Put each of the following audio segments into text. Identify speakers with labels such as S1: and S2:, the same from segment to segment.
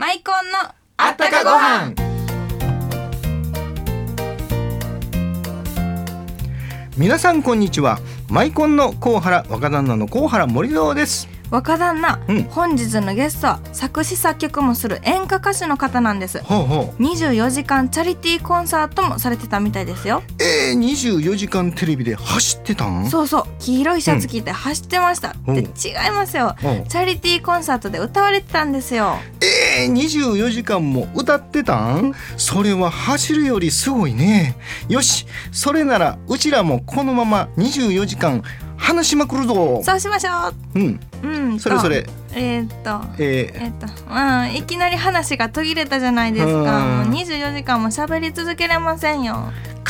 S1: 本の
S2: あったかご飯
S3: 皆さんこんにちはマイコンの高原若旦那の高原森蔵です
S1: 若旦那、
S3: うん
S1: 本日のゲストは作詞作曲もする演歌歌手の方なんです
S3: ほうほう
S1: 24時間チャリティーコンサートもされてたみたいですよ
S3: えー、24時間テレビで走ってたん
S1: そうそう黄色いシャツ着て走ってました、
S3: うん
S1: で違いますよ
S3: うん
S1: チャリティーコンサートで歌われてたんですよ
S3: えー、24時間も歌ってたんそれは走るよりすごいねよしそれならうちらもこのまま24時間話しまくるぞ
S1: そうしましょ
S3: うん
S1: ううんと
S3: それそれ
S1: えーっと
S3: え
S1: えっと、うん、いきなり話が途切れたじゃないです
S3: う
S1: か。
S3: ん
S1: もう24時間も喋り続けれませんよ。
S3: ー、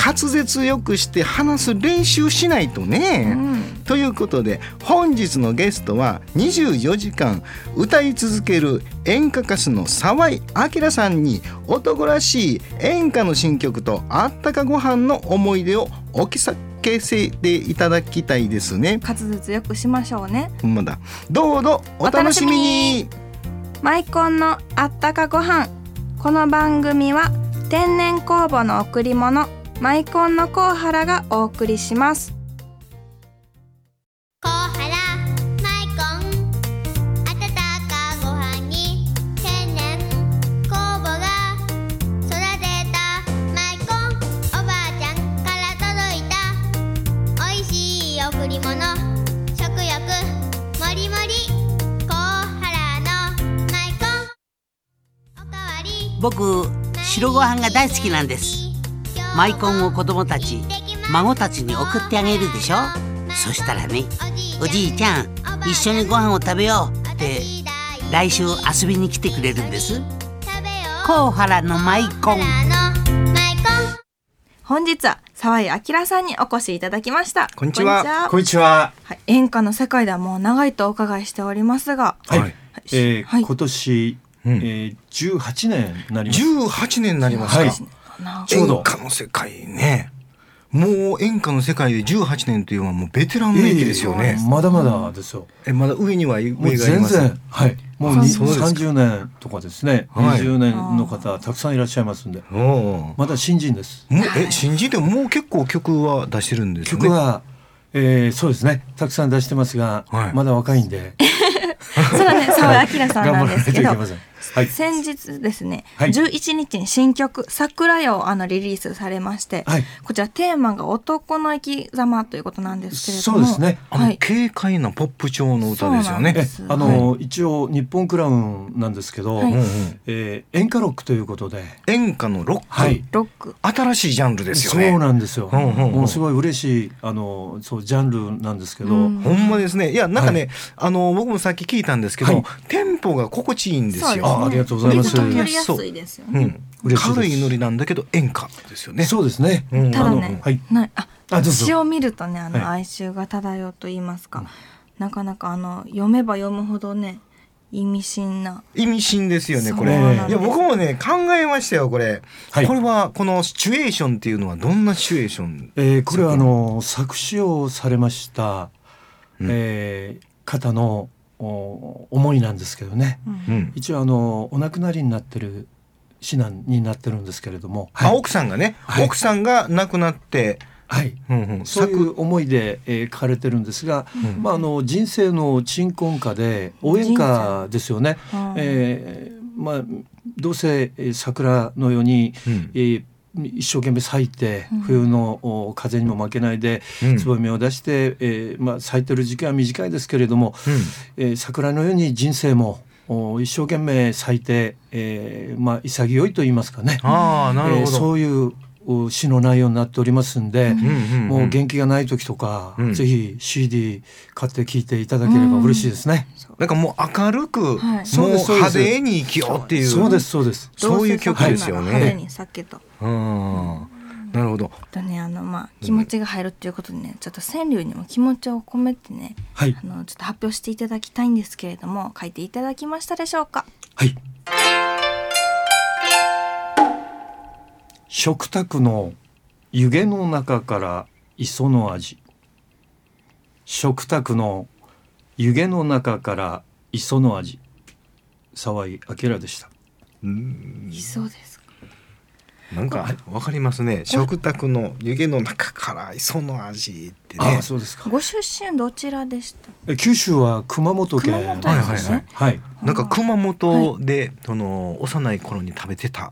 S3: 滑舌よくして話す練習しないと
S1: う
S3: ね、
S1: ん、
S3: ということで本日のゲストは24時間歌い続ける演歌歌手の沢井明さんに男らしい演歌の新曲とあったかご飯の思い出をお聞かせていただきたいですね。
S1: 滑舌よくしましょうね。
S3: ほんまだどうぞお楽しみに
S1: マイコンのあったかご飯。この番組は天然酵母の贈り物。マイコンのコウハラがお送りします。
S4: 小原マイコン温かご飯に天然酵母が育てたマイコンおばあちゃんから届いたおいしい贈り物食欲もりもり小原のマイコンおかわり
S2: 僕白ご飯が大好きなんですマイコンを子供たち孫たちに送ってあげるでしょそしたらねおじいちゃん一緒にご飯を食べようって来週遊びに来てくれるんですコウハラのマイコン
S1: 本日は沢井明さんにお越しいただきました。
S3: こんにちは
S5: こんにちは。
S1: はい、演歌の世界ではもう長いとお伺いしておりますが。
S3: はい
S5: えー
S1: はい
S5: 今年、
S3: うん
S5: えー、18年になります。
S3: 18年になりますか、
S5: はい
S1: な
S5: ちょうど
S3: 演歌の世界ねもう演歌の世界で18年というのはもうベテランの域ですよね、
S5: まだまだですよ。
S3: えまだ上には上
S5: もう
S3: があり
S5: 全
S3: ます
S5: 然はい。もう
S1: あ
S5: に
S3: そうですか
S5: 30年とかですね。
S3: はい
S5: 20年の方たくさんいらっしゃいますんで、
S3: おお
S5: まだ新人です。
S3: もうえ新人でももう結構曲は出してるんですよね
S5: 曲は、えー、そうですね。たくさん出してますが、
S3: はい
S5: まだ若いんで
S1: そうだ ね、沢井明さんな
S5: 頑張
S1: んで
S5: らないと
S1: す
S5: い
S1: け
S5: け
S1: ど。
S5: ません。はい。
S1: 先日ですね、
S5: はい
S1: 11日に新曲「桜よ」をあのリリースされまして、
S5: はい
S1: こちらテーマが「男の生き様」ということなんですけれど
S5: そう
S1: も
S5: ですね。
S3: あの、
S1: はい、
S3: 軽快なポップ調の歌です
S1: そ
S3: よね
S1: うなんで
S5: え
S1: す
S5: あの、一応日本クラウンなんですけど、
S1: はい
S3: うんうん
S5: えー演歌ロックということで、
S3: 演歌のロック、
S5: はい。
S1: ロック
S3: 新しいジャンルですよね
S5: そうなんですよ。
S3: うんうんうん
S5: もうすごい嬉しいあのそうジャンルなんですけど、
S1: うん
S3: ほんまですねいやなんかね、あの僕もさっき聞いたんですけど、
S5: はい
S3: テンポが心地いいんです
S1: そうで
S3: よ
S1: すね
S5: あありがとうございます
S1: 割と取りやすいですよ
S3: う
S1: ね、
S3: ん、
S5: 嬉しいです
S3: 軽いノリなんだけど演歌ですよね。
S5: そうですね。
S3: うん
S1: ただ
S5: あ
S1: ね
S5: の、はい
S1: なあ
S5: あどうぞ
S1: 詩を見るとねあ
S5: は
S1: の
S5: い
S1: 哀愁が漂うと言いますか、なかなかあの読めば読むほどね意味深な
S3: 意味深ですよねこれ。い
S5: そうなんです
S3: や僕もね考えましたよこれ、
S5: はい
S3: これはこのシチュエーションっていうのはどんなシチュエーション？
S5: えーこれはあの作詞をされました、えー方のお思いなんですけどね。
S3: うん。
S5: 一応あのお亡くなりになってる指南になってるんですけれども、
S3: あ
S5: はい
S3: 奥さんがね、
S5: はい
S3: 奥さんが亡くなって、
S5: はい、
S3: うんうん
S5: そうい
S3: 作
S5: う思いで、えー書かれてるんですが、
S3: うん
S5: まあ、あの人生の鎮魂歌で応援歌ですよね。
S1: うん
S5: えーまあ、どうせえー桜のように、
S3: うん
S5: えー一生懸命咲いて
S1: うん
S5: 冬のお風にも負けないで、
S3: うん
S5: つぼみを出して、えーまあ、咲いてる時間は短いですけれども、
S3: うん
S5: えー桜のように人生もお一生懸命咲いて、えーまあ、潔いと言いますかね、
S3: ああなる
S5: えー
S3: ほど。
S5: そういうお詩の内容になっておりますんで。
S3: うんうんうん
S5: もう元気がない時とか、
S3: うん
S5: ぜひ CD 買って聴いていただければ嬉しいですね。
S3: なんかもう明るく、
S1: はい
S3: も
S5: そう
S3: う
S5: ですそうです
S3: 派手に生きようっていう。
S5: そうですそうです。
S3: そういう曲ですよ
S1: どうせ酒なら派手
S3: ね。
S1: に酒と
S3: うん。なるほど。
S1: とねあのまあ気持ちが入るっていうことでねちょっと川柳にも気持ちを込めてね
S5: はい
S1: あのちょっと発表していただきたいんですけれども書いていただきましたでしょうか
S5: はい。食卓の湯気の中から磯の味。食卓の湯気の中から磯の味。沢井明でした。
S1: いそうですか
S3: なんかわかりますね食卓の湯気の中から磯の味って
S5: あ
S3: ね
S5: あそうですか。
S1: ご出身どちらでした
S5: え九州は熊本県
S1: 熊本
S3: はいはい
S1: で
S3: はい
S1: すね
S5: はい。
S3: なんか熊本でその幼い頃に食べてた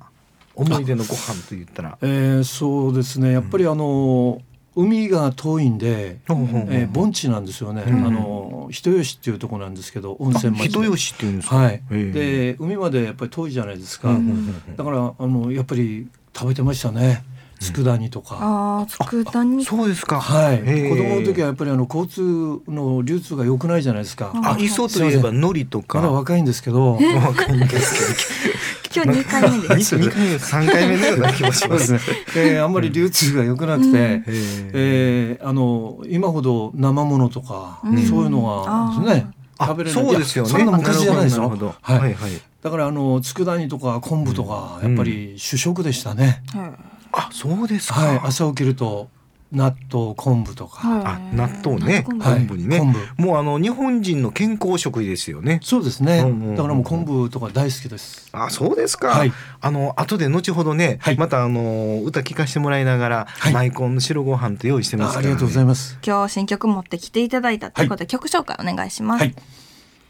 S3: 思い出のご飯と言ったら
S5: えーそうですね。やっぱりあの、海が遠いんで、
S3: ほうほうほう
S5: えー盆地なんですよね。
S3: うん
S5: あの人吉っていうところなんですけど、温泉
S3: あ
S5: 町で。
S3: 人吉っていうんですか
S5: はい。
S3: へえ
S5: で海までやっぱり遠いじゃないですか。
S3: うんうんうん
S5: だからあのやっぱり食べてましたね。佃煮とか。
S1: ああ佃煮
S3: そうですか
S5: はい、
S3: へえ
S5: 子供の時はやっぱりあの交通の流通が良くないじゃないですか。
S3: あ磯といえば海苔と
S5: まだ
S3: か
S5: 若いんですけど、
S3: 若いんです
S1: 今日2回目
S3: け
S1: で
S3: ど
S1: す
S3: 2回 目3回目のような気もし
S5: そう
S3: ま
S5: です
S3: す
S5: ね。えーあんまり流通が良くなくて、
S3: へえ
S5: えーあの今ほど生ものとか、
S1: うん
S5: そういうのは
S1: あー
S5: ですね。
S3: あ
S5: 食べれる
S3: そうですよね
S5: いやそんな昔じゃないですよ
S3: なるほど。
S5: は
S3: はいい。はい
S5: だからあの佃煮とか昆布とか、
S3: うん
S5: やっぱり主食でしたね。
S1: はい
S3: あそうですか、
S5: はい。朝起きると納豆昆布とか。
S1: はい
S3: あ納豆ね
S1: 納
S5: はい
S3: 昆布にね
S5: 昆布。
S3: もうあの日本人の健康食ですよね
S5: そうですね
S3: うんうんうんう。ん
S5: だからもう昆布とか大好きです。
S3: あそうですか、
S5: はい
S3: あの後で後ほどね、
S5: はい
S3: またあの歌聞かしてもらいながら、
S5: はい
S3: マイコンの白ご飯と用意してます
S5: あ
S3: か
S5: あ
S3: ら、ね、
S5: りがとうございます。
S1: 今日新曲持ってきていただいたということで、曲紹介お願いします、
S5: はい。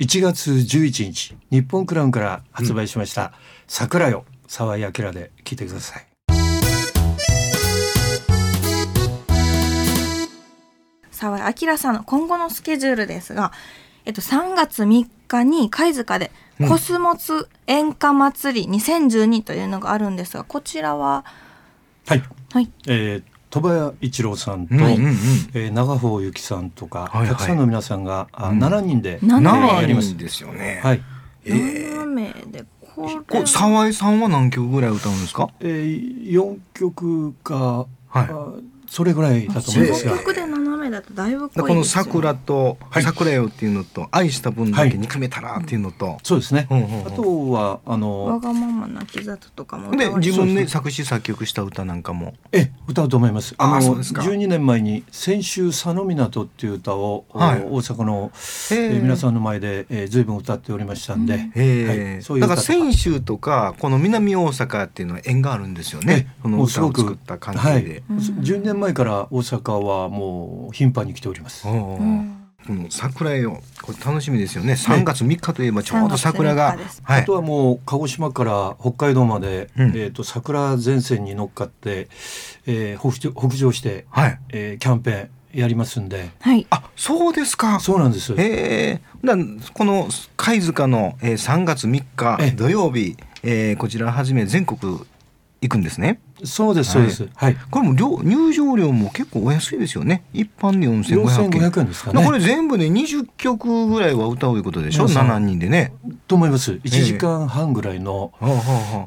S5: 1月11日、日本クラウンから発売しました、桜よ、沢井明で聞いてください。
S1: 沢井明さんの今後のスケジュールですが、えっと、3月3日に貝塚で「コスモス演歌祭り2012」というのがあるんですがこちらは
S5: はい。
S1: はい
S5: えー、鳥羽一郎さんと、
S3: うんうんうん
S5: えー長穂由紀さんとか、
S3: はいはい
S5: たくさんの皆さんが、あ
S3: うん
S5: 7人で、
S1: 7
S5: えー
S3: 生
S5: やります。
S3: ですよね、
S5: はい。
S3: え
S1: 7名でこれ
S3: こ沢井さんは何曲ぐらい歌うんですか
S5: えー、4曲
S3: は
S5: か、
S3: い
S5: あそれぐらいだと思うんですが
S1: 4、曲で7名だとだいぶ濃いですよね
S3: この「桜」と「
S5: はい
S3: 桜よ」っていうのと「愛した分だ
S5: は
S3: け
S5: い
S3: 憎めたら」っていうのと、
S5: そうですね。
S3: うんうんうん
S5: あとは、あ
S1: わ
S5: の、
S1: がままな傷跡とかも
S3: で
S1: 歌われて
S3: 自分
S5: そう
S3: で
S5: です
S3: 作詞作曲した歌なんかも
S5: え、歌うと思います。
S3: あーそ
S5: の、
S3: うですか
S5: 12年前に、先週、佐野港っていう歌を、
S3: はい
S5: 大阪の、
S3: え
S5: えー皆さんの前で、えー、随分歌っておりましたんで、
S3: ええ
S5: はい、そういう
S3: だ
S5: 歌
S3: か
S5: と
S3: ら
S5: か
S3: 泉州とかこの南大阪っていうのは縁があるんですよね。この
S5: もうす
S3: 歌
S5: ご
S3: を
S5: く
S3: 作った関係で。
S5: はい、10年前から大阪はもう頻繁に来ております。
S3: おー
S1: うん
S3: この桜よこれ楽しみですよね。3月3日といえばちょうど桜が
S1: 3月3日です
S3: は
S5: あ
S3: い
S5: と。はもう鹿児島から北海道まで、
S3: うん
S5: えー、と桜前線に乗っかって、えー、北上北上して、
S3: はい。
S5: えー、キャンペーンやりますんで
S1: はい
S3: あそうですか。
S5: そうなんです、
S3: ええだこの貝塚の、えー、3月3
S5: ええ
S3: 日土曜日、えー、こちらはじめ全国行くんですね。
S5: そうですそうです、はい
S3: これも料入場料も結構お安いですよね。一般で4500円。
S5: 4500円ですか
S3: こ
S5: ね
S3: れ全部で20曲ぐらいは歌ういうことでしょ
S5: 皆さん
S3: 7人でね。
S5: と思います1時間半ぐらいの、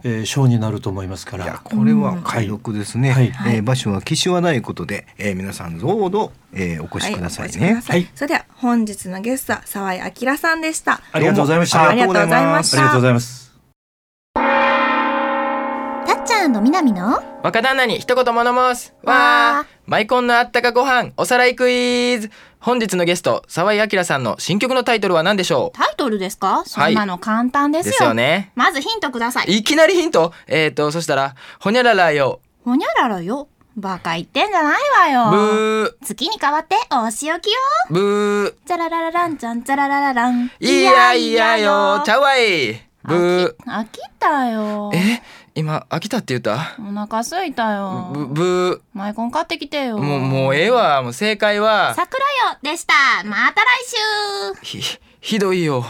S5: えーショーになると思いますか
S3: いや
S5: ら
S3: これは解読ですね、
S5: はい
S1: はい
S3: えー場所は岸和田湖とで、えー皆さんどうぞ、えーお越しください
S1: はいお
S3: ね、
S1: 越しください
S5: はい
S1: それでは本日のゲストは沢井明さんでした
S5: ありがとうございました
S1: ありがとうございまし
S5: ありがとう
S1: た
S5: ございます
S4: たっちゃんみなみの
S6: 若旦那に一言物申す
S4: わ
S6: わ
S4: ー
S6: ーマイコンのあったかご飯おさらいクイズ本日のゲスト沢井明さんの新曲のタイトルは何でしょ
S4: タイトルですかそんなの簡単で
S6: う
S4: す
S6: で
S4: よ,、
S6: すよね
S4: まずヒントください
S6: いきなりヒントえーとそしたら「ほにゃららよ
S4: ほにゃららよバカ言ってんじゃない
S6: ブ
S4: わよ
S6: ー
S4: 月に変わってお仕置きよ
S6: ブ
S4: じゃららららんちゃんじゃららららん
S6: ーいやいやよちゃうわいブ
S4: 飽きたよ
S6: ーえ今飽きたって言った
S4: お腹空いたよ
S6: ブブ
S4: マイコン買ってきてよ
S6: ーもうもうええわもう正解は
S4: 桜よでしたまた来週
S6: ひひどいよ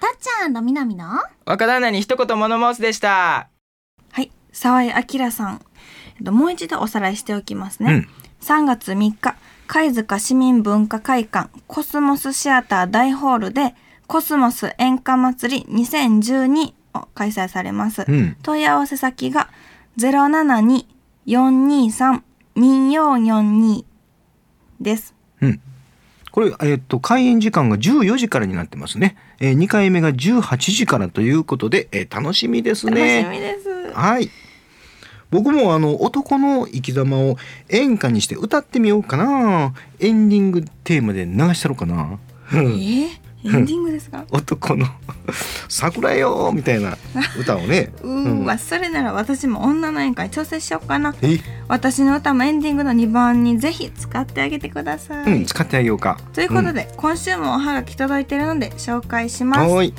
S4: たっちゃんみなみの
S6: 若旦那に一言物申すでした
S1: はい沢井明さんえっともう一度おさらいしておきますね、3月3日貝塚市民文化会館コスモスシアター大ホールでコスモス演歌祭り2012を開催されます、
S3: うん
S1: 問い合わせ先が072-423-2442です
S3: うんこれ、えー、と開演時間が14時からになってますね、え2回目が18時からということで、えー楽しみです
S1: 楽
S3: ね
S1: しみです、
S3: はい僕もあの男の生き様を演歌にして歌ってみようかなエンディングテーマで流したろうかな
S1: えエンディングですか
S3: 男の桜よみたいな歌を ね
S1: うーわ、それなら私も女の演歌に挑戦しようかな
S3: え、
S1: 私の歌もエンディングの2番にぜひ使ってあげてください、
S3: うん、使ってあげようか
S1: ということで、今週もおはがき届いてるので紹介します
S3: はーい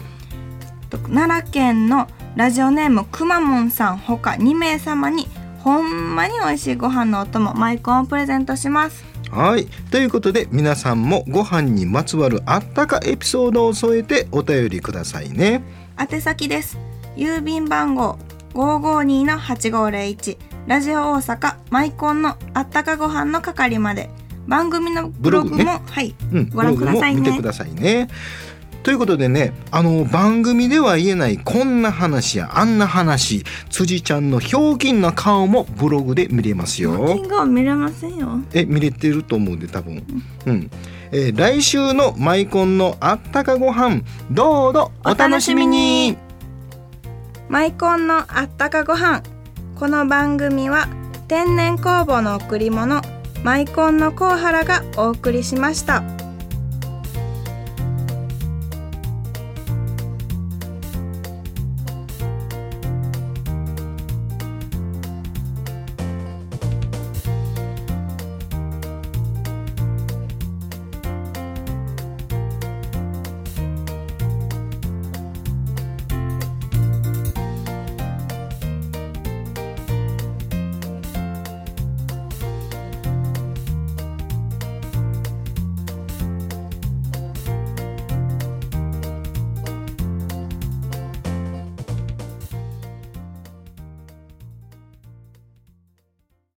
S1: 奈良県のラジオネームくまモンさんほか2名様にほんまに美味しいご飯のお供マイコンをプレゼントします
S3: はいということで皆さんもご飯にまつわるあったかエピソードを添えてお便りくださいね
S1: 宛先です郵便番号552-8501ラジオ大阪マイコンのあったかご飯の係まで番組のブログも
S3: ブログ
S1: はい、
S3: うん、
S1: ご覧ください
S3: ブログも見て
S1: ね
S3: くださいね。ということでね、あの番組では言えないこんな話やあんな話、辻ちゃんのひょうきんな顔もブログで見れます
S1: キ
S3: よ
S1: ン。グは見れませんよ
S3: え、見れてると思うんで多分。うん。えー来週のマイコンのあったかご飯、どうぞお楽しみに。
S1: マイコンのあったかご飯この番組は天然酵母の贈り物マイコンのコウハラがお送りしました。